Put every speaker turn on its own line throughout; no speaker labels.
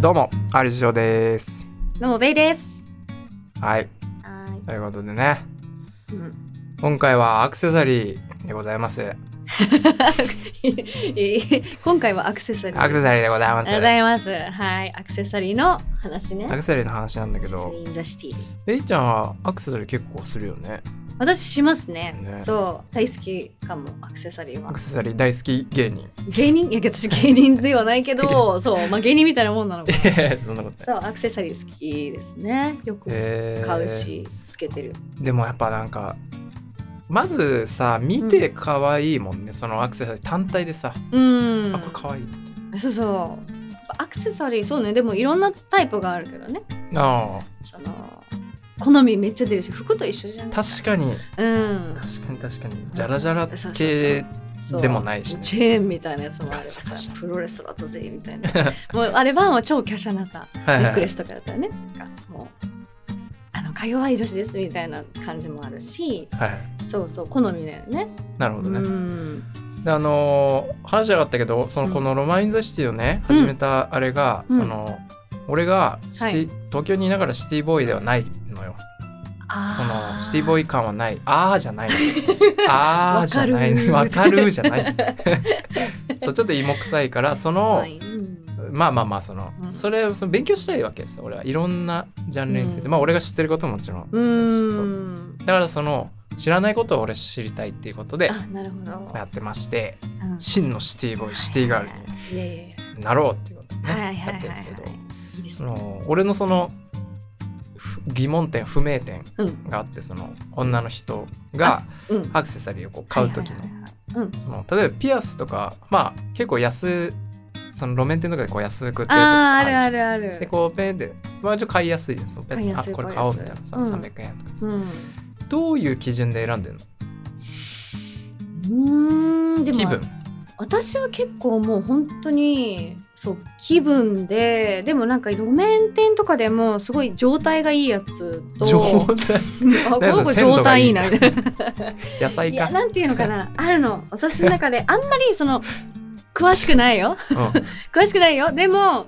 どうも、アルジオです。
どうもベイです。
はい、
は
ということでね、
い。
今回はアクセサリーでございます。
今回はアクセサリー。
アクセサリーでござい
あ
ま
り
す。
がとうござ
ア
います。はい、アクセサリーの話ね。
クセサリーの話なんだけど、
インザシティ。
レイちゃんはアクセサリー結構するよね。
私しますね
ね
そう、大好きかもアクセサリー
ア
は
ク。セサリー大好き芸 人。
芸人いや私芸人ではない けど、そう、まあ芸人みたいなもんなのかな。
そんなことない。
そう、アクセサリー好きですね。よく
えー
買うし、つけてる。
でもやっぱなんか、まずさ、見て可愛いもんね、そのアクセサリー単体でさ、
うん
あ、。これ可愛い。
そうそう。アクセサリーそうねでもいろんなタイプがあるけどね
ああ、
その好みめっちゃ出るし服と一緒じゃん
確かに、
うん
確かに確かに、ジャラジャラ
そうそうそう
系
そう
でもないしね
チェーンみたいなやつもあれば
ガシャガシ
さ
ャ
プロレスラーだぜみたいな もうあれバンは超華奢なさ
は
ネ
いは
ッ
い
クレスとかだったらねなんかもうあのか弱い女子ですみたいな感じもあるし
はい、
そうそう好みだよね
なるほどね。
うん
であのー話じゃなかったけどその
うん
この「ロマン・イン・ザ・シティ」をね、
うん
始めたあれが、
うん
その俺がシティ、
はい
東京にいながらシティボーイではないのよそのシティボー
イ
イ感はないあーじゃ ないのあーじゃないわ
わ
か
か
る
る
じゃない そうちょっと芋臭いからその、まあまあまあその、
うん
それその勉強したいわけですよ俺はいろんなジャンルについて、
うん
まあ俺が知ってることももちろん
う
そう
ーん
だからその知らないことを俺知りたいっていうことで
あなるほど
やってまして
うん
真のシティボーイシティガールに。
いやいやいや
なろうっていうことね、
はいはい
やっ
はい
てるん
は
ですけど
いいいです
そ
ね
の俺のそのふ疑問点不明点
うん
があってその女の人が
うん
アクセサリーをこう買う時の
はいはいはいはいうん
その例えばピアスとかまあ結構安その路面店とかでこう安く売ってる時とか
あーあ
る
る
じゃ
あ
ん
るある
でこうペンでまあちょっと買いやすいじゃんそうペ
買い
ン
や
あ
すい
これ買
買い
お
や
う
すい
みたいなさ、
うん
300円とかさ、
うん
どういう基準で選んでるの
うーんでも
気分
私は結構もう本当にそう気分ででもなんか路面店とかでもすごい状態がいいやつと
状態
あこ
何
の
そ
子
れ鮮度が
状
い
態
い
いいなみ たいな
野菜
い
か
やなんていうのかなあるの私の中であんまりその詳しくないよ詳しくないよでも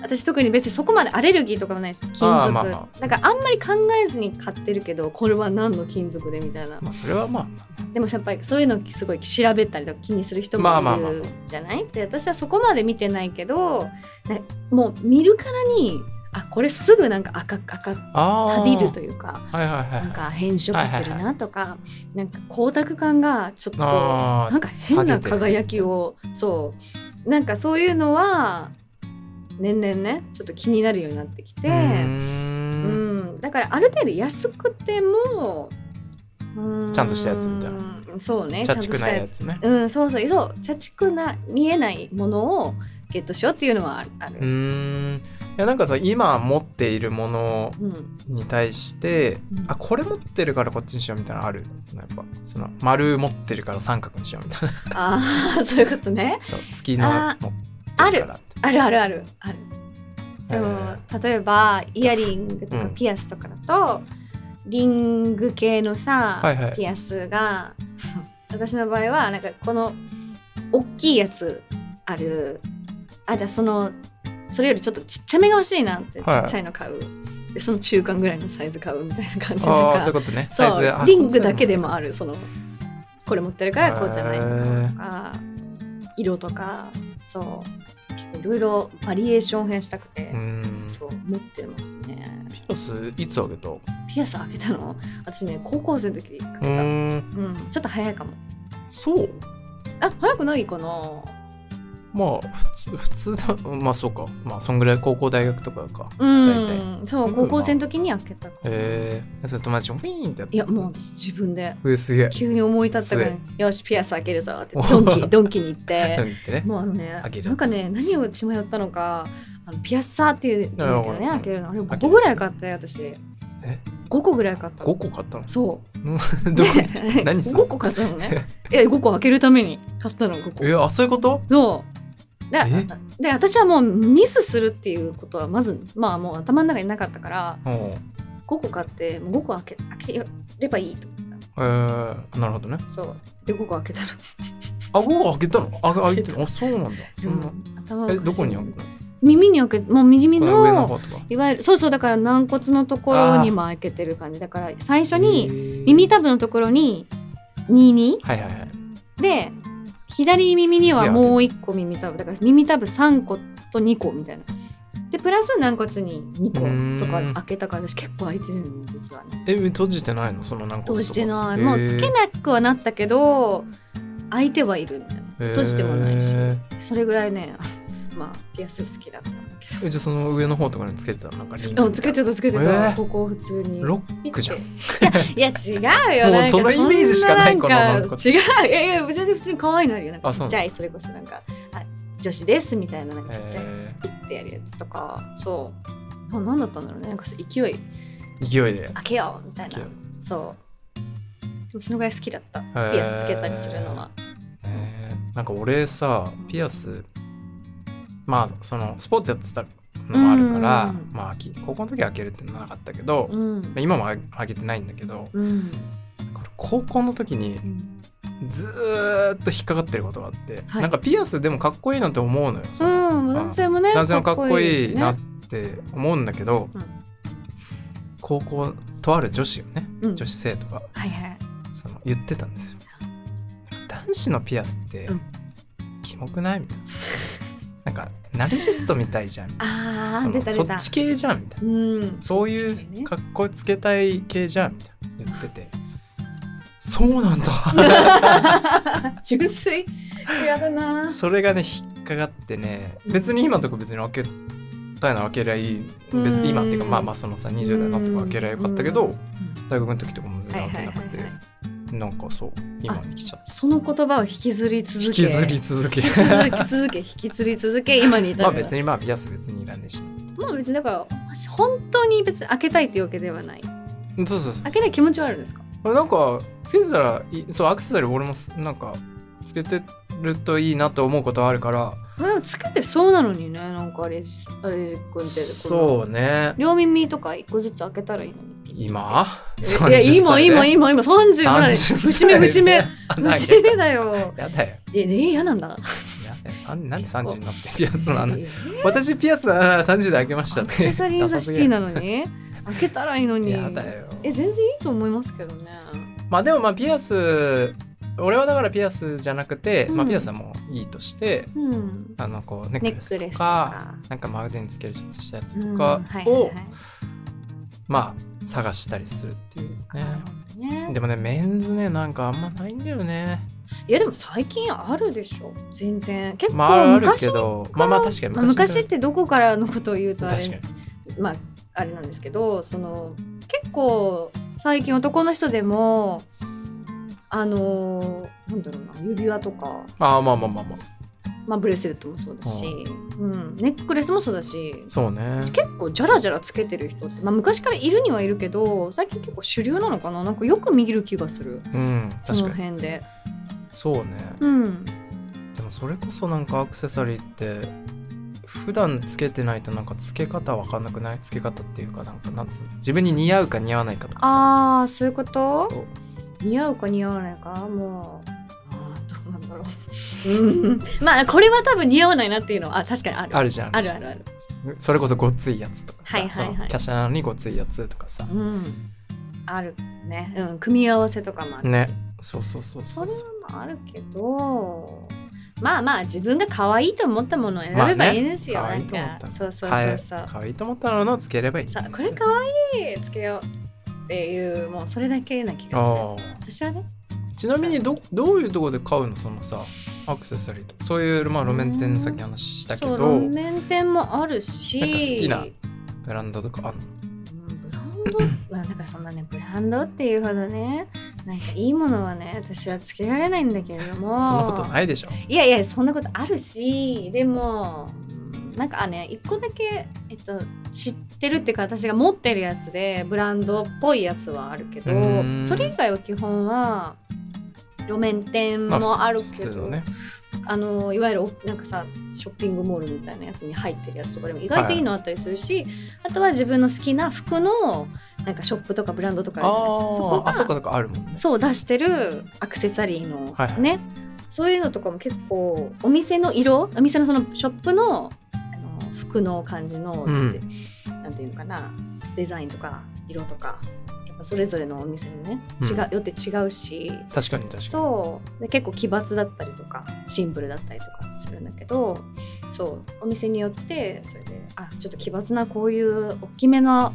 私特に別にそこまでアレルギーとかもないし金属
あーまあま
なんかあんまり考えずに買ってるけどこれは何の金属でみたいな
うんまあそれはまあ
でもやっぱりそういうのすごい調べたりとか気にする人も
まあ
い
まあまあま
るじゃないで私はそこまで見てないけどなんかもう見るからにあこれすぐなんか赤赤
あー
錆びるというか
はいはいはい
な
はい
んか変色するなとか、なんか光沢感がちょっと
あー
なんか変
剥
な
げてる
輝きをそうなんかそういうのは年々ねちょっと気になるようになってきて。
うー
うんん、だからある程度安くてもうー
ちゃんとしたやつみたい
なそうね
茶畜ないや
ち
つね
ゃんとしたやつうんそうそうそう茶畜な見えないものをゲットしようっていうのはあるあ
う
る
ーんいやなんかさ今持っているもの
うん、
に対して
うん
あこれ持ってるからこっちにしようみたいなのあるやっぱその丸持ってるから三角にしようみたいな
ああそういうことね
そう月の
あ
持ってるからって
あるあるあるある
え
でも、
ー
例えばイヤリングと
う
か
ん
ピアスとかだと、リング系のさ、
はいはい
ピアスが 私の場合はなんかこの大きいやつあるあじゃあそのそれよりちょっとちっちゃめが欲しいなって、
はい
ちっちゃいの買うでその中間ぐらいのサイズ買うみたいな感じなん
あー
か
そういうことね
そう
サイズあ
リングだけで
こ
もあるそのこれ持ってるからこうじゃないのかなとか、色とかそう結構いろいろバリエーション変したくて、
ういうこと
そう持ってますね
ピアスいつあげたう
ピアス開けたの 私ね高校生の時開けた、うん
ーん
ちょっと早いかも
そう
あ早くないかな
まあ普通普通のまあそうかまあそんぐらい高校大学とかか
うんそう
うんまあ
高校生の時に開けたから、
えー、それ友達もウィーンってやった
いやもう私自分で
うえすげえ
急に思い立ったから
強
よしピアス開けるぞってドンキ ドンキに行っ
なん
て
か言ってね
もうあのね
開けるやつ
なんかね何を血迷ったのかあのピアッサーっていうんだけど
う
ね
ん
開けるのあれ
開けるや
5個
つ
ぐらい買ったよ私
え
5個ぐらい買ったの
5個買ったの
そう
ど こに
で
何する
5個買ったの ねいや5個開けるために買ったの5個
えあそういうこと
そうで
え
で私はもうミスするっていうことはまずまあもう頭の中になかったから
うん
5個買ってもう5個開け開ければいいと
えー、なるほどね
そうで5個開けたの
あ5個開けたのあ開いてるあそうなんだそんな
頭が
え
おか
ど
しい
こに開けたの
耳に開けもう耳
この上の
の
方とか
いわゆるそうそうだから軟骨のところにも開けてる感じだから最初に耳
耳
たぶのところに22
はいはいはい
で左耳にはもう1個耳たぶだから耳たぶ3個と2個みたいな。でプラス軟骨に2個と
うーん
か開けたから私結構開いてるの実はね。
え閉じてないのその軟骨
閉じてない、
へー
もうつけなくはなったけど開いてはいるみたいな閉じてもないし
へー
それぐらいね まあピアス好きだったんだけ
えじゃあその上の方とかにつけてたのなんかリングみた
ど
い
う
な
んつけてたつけてた、
えー
ここ普通に
ロックじゃん
いやいや違うよ
もう
なんか
そのイメージしかない
そん
この
な
な
なんん
か
か違ういやいや全然普通に可愛いのあるよなん
あ
か
そう
ち
なの
っちゃいそれこそなんかあ女子ですみたいななんかちっちゃい
え
ピッてやるやつとかそうななんだったんだろうねなんかそう勢い
ー勢いで
開けようみたいな
勢い
そうでもそのぐらい好きだったピアスつけたりするのは、
えーなんか俺さピアスまあそのスポーツやってたのもあるから、
うん
まあ開き高校の時は開けるってのはなかったけど、
うん
まあ今も開開けてないんだけど
うん
これ高校の時にずーっと引っかかってることがあって、
はい
なんかピアスでもかっこいいなって思うのよ、その
うん、男性もね、
男性もかっこいいなっ
か
て思うんだけど、
うん
高校とある女子よね、
うん
女子生徒が
っこいいですよね。
その言ってたんですよ男子のピアスって、
うん
キモくない みたいななんかナルシストみたいじゃんみたい
はい
な
はい。あ
そ
あ、
の
出た
そ
出た
っ。ち系じゃんみたいな
うん。
そう
そっち系
い
ね
う格好つけたい系じゃんみたいな言っててそうなん だ
純粋。やだな。
それがね引っかかってね別に今とか別に開けたいの開けりゃいい別
うん
今っていうかまあまあそのさ20代のとか開けりゃよかったけ
うん
ど
うん
大学の時とかも全
はい
然
は
開
い
けなく
はい
て
はい。
なんかそう今に来ちゃった
その言葉を引きずり続け。
引きずり。続け
引きずり続け、引きずり続け、今に至る。
まあ別にまあピアス別にいらんでし
まあ別にだから、本当に別に開けたいっていうわけではない。
そうそうそう
開けない気持ちはあるんですか。
なんかつけてたらいいそうアクセサリー俺もすなんかつけてるといいなと思うことはあるから
まあでもつけてそうなのにね、なんかあれ、あれ、軍手で。。
そううね
両耳とか一個ずつ開けたらいいのに。
今
いや今
今
今今今三十まで節目節目節目だ
よ
よ。
やだよ
ええ嫌なんだ。
やだよさんなんで30になってピアス なの
え
私ピアスは30で開けました
ア
ね
クセサリーザシティ
ダ
なの に開けたらいいの
サすぎ
に。
るやだよ
え全然いいと思いますけどね。
まあでもまあピアス俺はだからピアスじゃなくて、ま
う
あ
ん
ピアスはもういいとして
うん。
あのこうネッ
ネ
クレ
ック
ス
レス
と
と
か
か。
なんかまあ腕につけるちょっとしたやつ
うん
とかを、
はいはいはい
まあ探したりするっていう
なる
ね
ほどね
でもねメンズねなんかあんまないんだよね
いやでも最近あるでしょ全然結
まああ
構
るけ
昔に
どまあまあ確かに
まあ
昔
昔っ
確
てどこからのことを言うとあ
か
れ
に
まあ、あれなんですけどその結構最近男の人でもあのーなんだろうな指輪とか、
ああまあまあまあまあ
まあ、ブレスレットもそうだし、うん、ネックレスもそうだし
そうね
結構ジャラジャラつけてる人って、まあ、昔からいるにはいるけど最近結構主流なのかななんかよく見る気がする
うん
そ
確
の
かに
辺で。
そうね
うん
でもそれこそなんかアクセサリーって普段つけてないとなんかつけ方わかんなくないつけ方っていうかなんかなんつうの自分に似合うか似合わないかとかさ
ああそういうこと
そう
似合うか似合わないかもうあーどうなんだろううんまあこれは多分似合わないなっていうのはあ確かにある
あるじゃん
あるあるある
それこそごっついやつとかさ、
はいはいはい
そのキャシャなのにごっついやつとかさ、
うんあるね、うん、組み合わせとかもあるし、
ねそうそうそう
そうれはあるけどまあまあ自分が可愛いと思ったものを選べ
まあ
ば
ね
いいんですよ、
可愛いと思った
なんかそうそう
は
そう
い
そう、
可愛いと思ったものをつければいいんです
さあこれ可愛いつけようっていうもうそれだけな気が
ああ
する私はね
ちなみにどどういうところで買うのそのさアクセサリーとかそういう、まあ、路面店のさっき話したけ
そう
ど
路面店もあるし
なんか好きなブランドとかあんの
うんブランド まあだからそんなねブランドっていうほどねなんかいいものはね私はつけられないんだけれども
そんなことないでしょ
いやいやそんなことあるしでもうんなんかあね一個だけ、えっと、知ってるっていうか私が持ってるやつでブランドっぽいやつはあるけど
うーん
それ以外は基本は路面店もある
普
け
通
ど、
のね
あのいわゆるおなんかさショッピングモールみたいなやつに入ってるやつとかでも意外といいのあったりするし、あとは自分の好きな服のなんかショップとかブランドとかあるじゃないそこ
あ
が
あそこだかあるもんね
そう出してるアクセサリーの、
はいはい
ねそういうのとかも結構お店の色お店のそのショップのあの服服の感じの、
うん
なんていうのかなデザインとか色とかやっぱそれぞれのお店にね
うん
違う、よって違うし
確かに確かに
そうで結構奇抜だったりとかシンプルだったりとかするんだけどそうお店によってそれであちょっと奇抜なこういう大きめの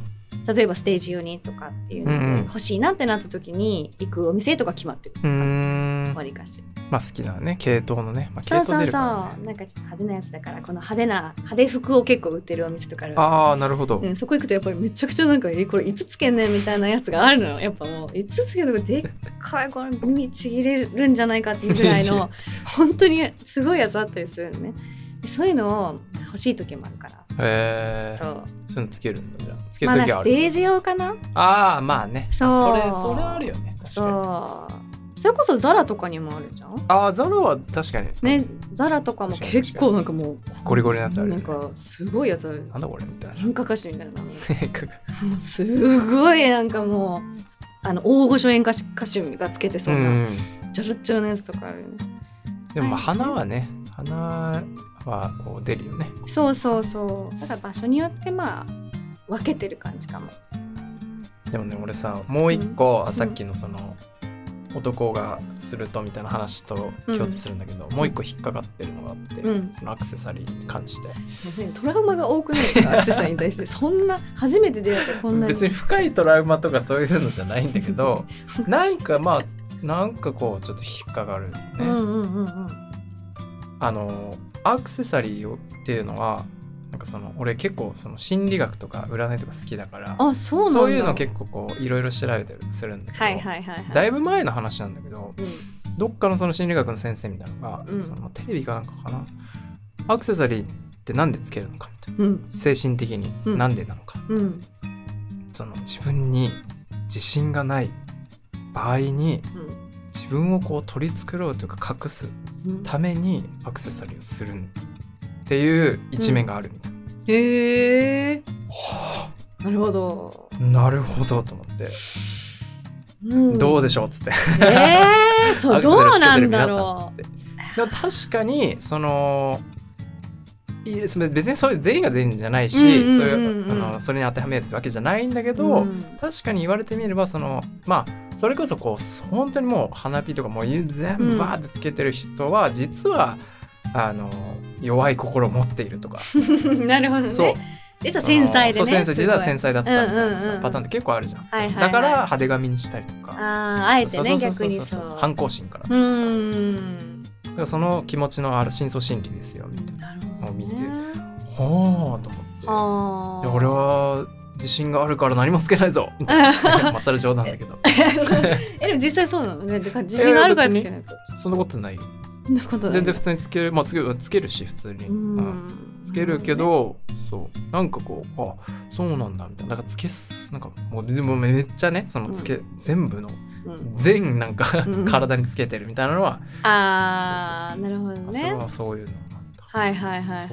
例えばステージ用にとかっていうの
うんうん
で欲しいなってなった時に行くお店とか決まってる
うーん
わりかし
まあ好きなね系統のね、まあ、系
そう
統
そう
出
そう
るから、ね、
なんかちょっと派手なやつだからこの派手な派手服を結構売ってるお店とかある
ああなるほど、
うん、そこ行くとやっぱりめちゃくちゃなんかえこれ5つけんねんみたいなやつがあるのよやっぱもう5つけどでっかいこれ耳ちぎれるんじゃないかっていうぐらいの本当にすごいやつあったりするのねでそういうのを欲しい時もあるから、
へえ
そ
そうういうのつけるんだじゃあつけ
ま
る
だ
ときは
ス
ある、
テージ用かな
ああまあね
そう
あそれそれはあるよね確かに
そうそれこそザラとかにもあるじゃん
ああザロは確かに
ねザラとかも結構なんかもう
ゴリゴリのやつあるよ
なん
ね
かすごいやつある
なんだこれみたいな
演歌歌手みたいなのももうすごいなんかもうあの大御所演歌手歌手がつけて そううな、
ん
ジャラッジャラのやつとかあるよね
でもまあ
はい
花はね花はこう出るよね
そうそうそうだから場所によってまあ分けてる感じかも
でもね俺さもう一個、さっきのその男がするとみたいな話と共通するんだけど、もう一個引っかかってるのがあって、
うん
そのアクセサリーに関して
トラウマが多くないです かアクセサリーに対してそんな初めて出会ってこんなに
別に深いトラウマとかそういうのじゃないんだけ どなんかまあなんかこうちょっと引っかかるね、
うんうんうんうん
あのアクセサリーをっていうのはなんかその俺結構その心理学とか占いとか好きだから
あそうなんだ
そういうの結構こういろいろ調べたりするんだけど、
はいはいはいはい
だ
い
いぶ前の話なんだけど
うん
どっかのその心理学の先生みたいなのが、
うん
そのテレビかなんかかなアクセサリーってなんでつけるのかみたい
うん
な精神的に
うん
なんでなのか、
うん
その自分に自信がない場合に
うん
自分をこう取り繕うというか隠す
うん
ためにアクセサリーをするっていう一面があるみたいな。
へえなるほど、
なるほどと思って、
うん
どうでしょうっ つって
ええー、そ
アク
う
セ
ど
サ
う
リーつけてる
なんだ
皆さ
ろ
っつってでも確かにそのいやその別にそういう全員が全員じゃないしそう
うんうんうんうん
いうあのそれに当てはめるってわけじゃないんだけ
う
ど、
うん
確かに言われてみればそのまあそれこそこう本当にもう花火とかもう全
う
部
ん
バーってつけてる人は実は、あの弱い心を持っているとか、
なるほどね。
そう
実は繊細でね。
そう繊細実は繊細
細。
だったみたいな
うんうん
さ
うん
パターンって結構あるじゃん、
はいはいはい
だから派手髪にしたりとか。
ああ、あえて
そ
ね、
うそう
逆
そうそう
にそう。
反抗心から
う
そうだ
ーん。
からその気持ちのある深層心理ですよみたい
なるほど、
見て
ね。
なほーと思ってい
ああ。
や俺は自信があるから何もつけないぞみた いなまあそれ冗談だけど
え、でも実際そうなのね。だから自信があるからつけないと。
そんなことないよ
そんなことない。
全然普通につけるまあつけるつけるし普通に、
う
うん
ん。
つけるけ。どそうなんかこうあそうなんだみたいなだからつけすなんかもう別にもうめっちゃねそのつけ、全部の
うん、
全なんか
う ん
体につけてるみたいなのは、
ああ、
そう
なるほど
それ
ね。
はそういうのなんだ
はいはいはいはいはい。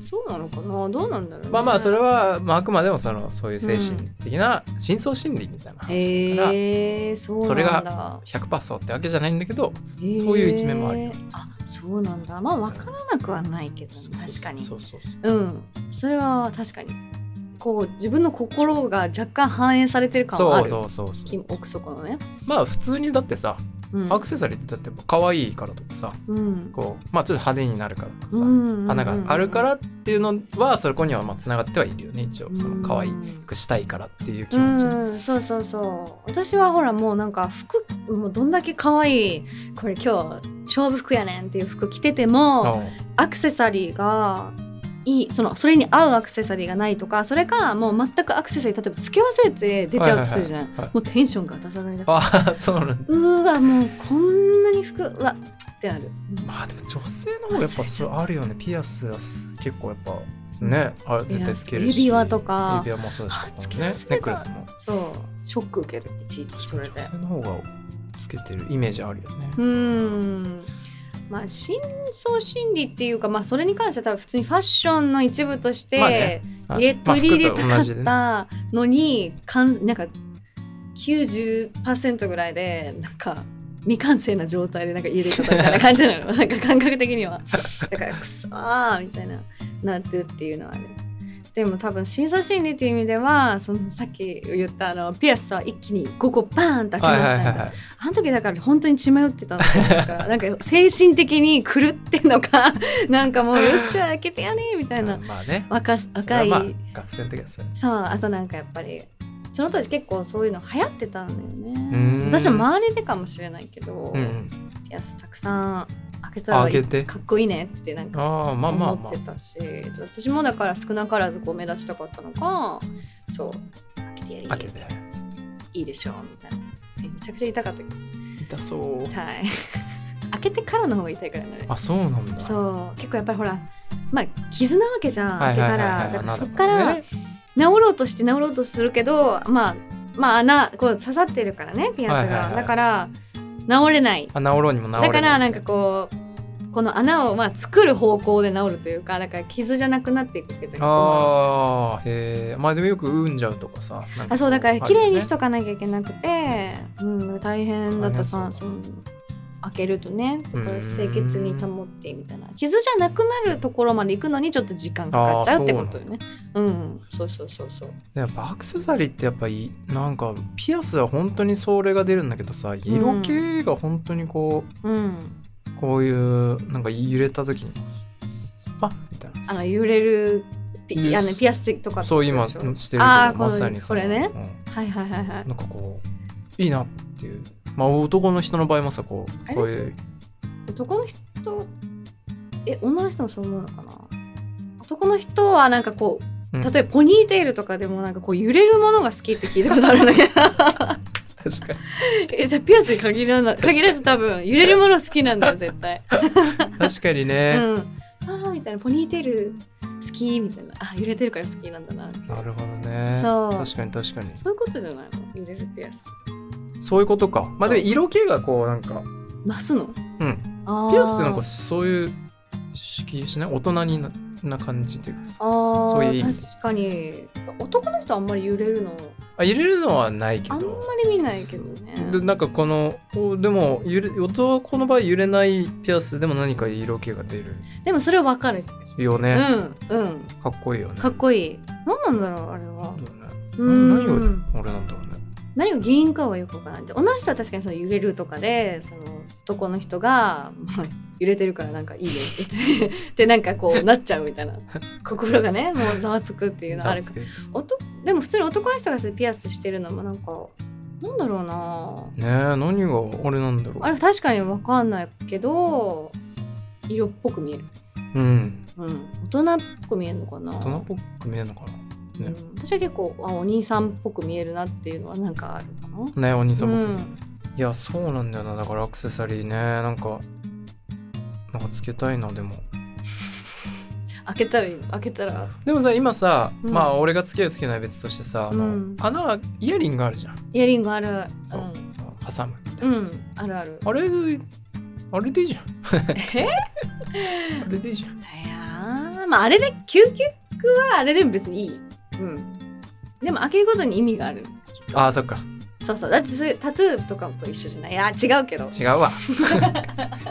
そうなのかなどうなんだろう、ね、
まあまあそれ
は。
は、まあ、あくまでもそのそういう精
う
神
ん
的な深層心理みたいな話だから、
ええー、そうなんだ。
それが100%そうってわけじゃないんだけどそういう一面もあるよ
へーあそうなんだまあ分からなくはないけどね確かに
そうそうそう
うんそれは確かにこう自分の心が若干反映されてる感はあ
そう
る
そうそうそう
き奥底のね、
まあ普通にだってさ
うん、
アクセサリーってだって可愛いからとかさ
うん
こうまあちょっと派手になるからとかさ、
うん
花があるからっていうのはそこにはまあつながってはいるよね一応その可愛くしたいからっていう気持ち、
うんうんそうそうそう私はほらもうなんか服もうどんだけ可愛いこれ今日勝負服やねんっていう服着てても、
うん
アクセサリーがいいそのそれに合うアクセサリーがないとかそれかもう全くアクセサリー例えば付け忘れて出ちゃうとするじゃない,、
はいはいはいはい
もうテンションがださがりだ
ああそうなんだ
うーわもうこんなに服うわってなる、
まあでも女性の方がやっぱそうあるよねピアスは結構やっぱねあれ絶対つけるし
指輪とか
指輪もそうだし
あつ
こ
け
のねネ
忘れた
ックレスも
そうショック受けるいちいちそれで
女性の方がつけてるイメージあるよね
うーんまあ真相心理っていうかまあそれに関しては多分普通にファッションの一部として、
まあね
入れ
まあ
取り入れ
服
た
と
か
同
っ
じで ね
たのに、かんなんか90%ぐらいでなんか未完成 な状態でなんか家出ちゃったみたいな感じなのなんか感覚的にはだからくそーみたいななるっていうのはあるでも多分審査心理っていう意味ではそのさっき言ったあのピアスは一気に5個バーンと開
はい
け
はい
ましたみ
はい
たいな
はい
あの時だから本当に血迷ってたんだよなん かなんか精神的に狂ってんのかなんかもうよっしゃ開けてやれみたいな
うんまあね
若す若
そ
い、
れはまあ、学生の時ですね
そうあとなんかやっぱりその当時結構そういうの流行ってたんだよ
ーん
ね私は周りでかもしれないけど、
うんうん
ピアスたくさん開けたら
あ開けて
かっこいいねってなんか
ああまあまあ
思
ま
ってたし、私もだから少なからずこう目立ちたかったのかそう開けてやり
あ開けてやるやつって
いいでしょうみたいなめちゃくちゃ痛かったけど
痛そう
はい 開けてからの方が痛いからいなる
あそうなんだう
そう結構やっぱりほらまあ傷なわけじゃん
は
開
い
け
はい
た
はいは
ら
い
だから
なる
そ
ほど
っ
ね
から治ろうとして治ろうとするけどまあまあ穴こう刺さってるからねピア
は
ス
いはいは
が
い
だから治れない
あ治ろうにも治れない
だからなんかこうこの穴をまあ作る方向で治るというかだから傷じゃなくなっていくわけじゃん
ああへえまあでもよく産んじゃうとかさなんか
あそうだから綺麗にし
た
とかなきゃいけなくて、うん、大変だった
大
さ
変
そ
そう
の開けるとねだから
うーん
清潔に保ってみたいな傷じゃなくなるところまで行くのにちょっと時間かかっちゃうってことよねうんそうそうそうそう
やっぱアクセサリーってやっぱいなんかピアスは本当にそれが出るんだけどさ色気が本当にこう、
うん
こういうなんか揺れた時にパッみたい
あ
な
の揺れる
い
ピ
や
あのピアスとかって
そ
こ
う
とで
今
し
して
ょ
るけど
あー
まさに
これこれね
ね、
はいはいはいはい
うんなんかこういいなっていうまあ男の人の場合もさこ
あれ
うこういう
男の人え女の人もそう思うのかな男の人はなんかこう
うん
例えばポニーテールとかでもなんかこう揺れるものが好きって聞いたことある のね
確か
えだピアスに限らな限らず多分揺れるもの好きなんだよ絶対、
に確かに
う
ね、
ん、ああみたいなポニーテール好きみたいなあ揺れてるから好きなんだなみたいな
なるほどね
そう
確かに確かに
そういうことじゃないの揺れるピアス
そういうことかまあ
そう
でも色気がこうなんか
増すの
うん
あー
ピアスってなんかそういう式しない大人になな感じっていうかさ
あ
そういう意
ー
味
確かに男の人あんまり揺れるの
あ入れるのはないけ
あんま
ど
り見ないけどね
でなんかこのおでも揺れ男の場合揺れないピアスでも何か色気が出る
でもそれは分かる
よね、
うんうん
かっこいいよね
かっこいい何なんだろうあれは
そうだよね
う
な何
ん
が俺なんだろうね
何が原因かはよくわからない女の人は確かにその揺れるとかでその男の人がまあ揺れてるからなんかいいよ ってでなんかこうなっちゃうみた いな心がねもうざわつくっていうのある
ざ
か
わつくね
ら男でも普通に男の人がそれピアスしてるのもなんかなんだろうな
え何が俺なんだろ
あれ確かにわかんないけど色っぽく見える、
ううん
うん、大人っぽく見えるのかな
大人っぽく見えるのかね
うん私は結構あお兄さんっぽく見えるなっていうのはなんかあるかな。
なねお兄さ
うん
も、い
ん、
やそうなんだよなだからアクセサリーねなんかなんかつけたいなでも
開けたらいいの開けたら
でもさ今さ、
うん
まあ俺がつけるつけない別としてさ、あの
うん
穴はイヤリングあるじゃん
イヤリングある。うん
そう挟むみた
う
い
ん、
なさ、
あるある。
あれあれでいいじゃん
えい
あれでいいじゃん
やーまああれで究極はあれでも別にいい。うん。でも開けることに意味がある。
あーそっか
そうそう。だってそういうタトゥーとかと一緒じゃない。いや違うけど。
違う わ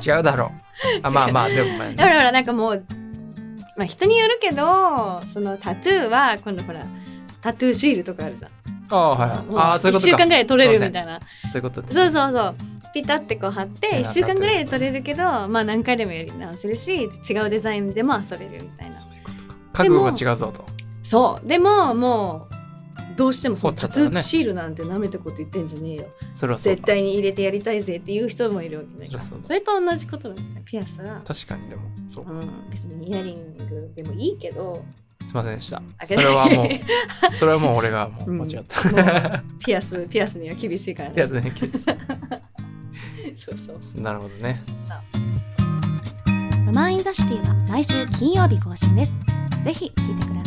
違うだろうあまあまあでもまあね
だからほらなんかもう、まあ、人によるけどそのタトゥーは今度ほらタトゥーシールとかあるじゃん。
あーはい
もう
あーそういうこと
1週
か
間ぐらい取れるみたいな。
そういうことです
そうそうそうピタってこう貼って
ね
1週間ぐらいで取れるけどまあ何回でもやり直せるし違うデザインでも遊べるみたいな
そういうことか覚悟が違うぞと
そうでももうどうしてもその
折っちゃ
タ
っ
ト
たら
ゥ
ね
ーシールなんて舐めてこと言ってんじゃねえよ
それはそう
絶
か
対に入れてやりたいぜっていう人もいるわけだ
そ
か
りゃ
ら
そうだ
それと同じことなんだよねピアスは、
確かにでもそう
うん、別にイヤリングでもいいけど
すいませんでした
開け
そ
ない
れはもうそれはもう俺がもう
うん
間違った、
もう ピアスピアスには厳しいから
いや
ね
全然気にしない
そうそう
なるほどね
ママインザシティは毎週金曜日更新です。ぜひ聞いてください。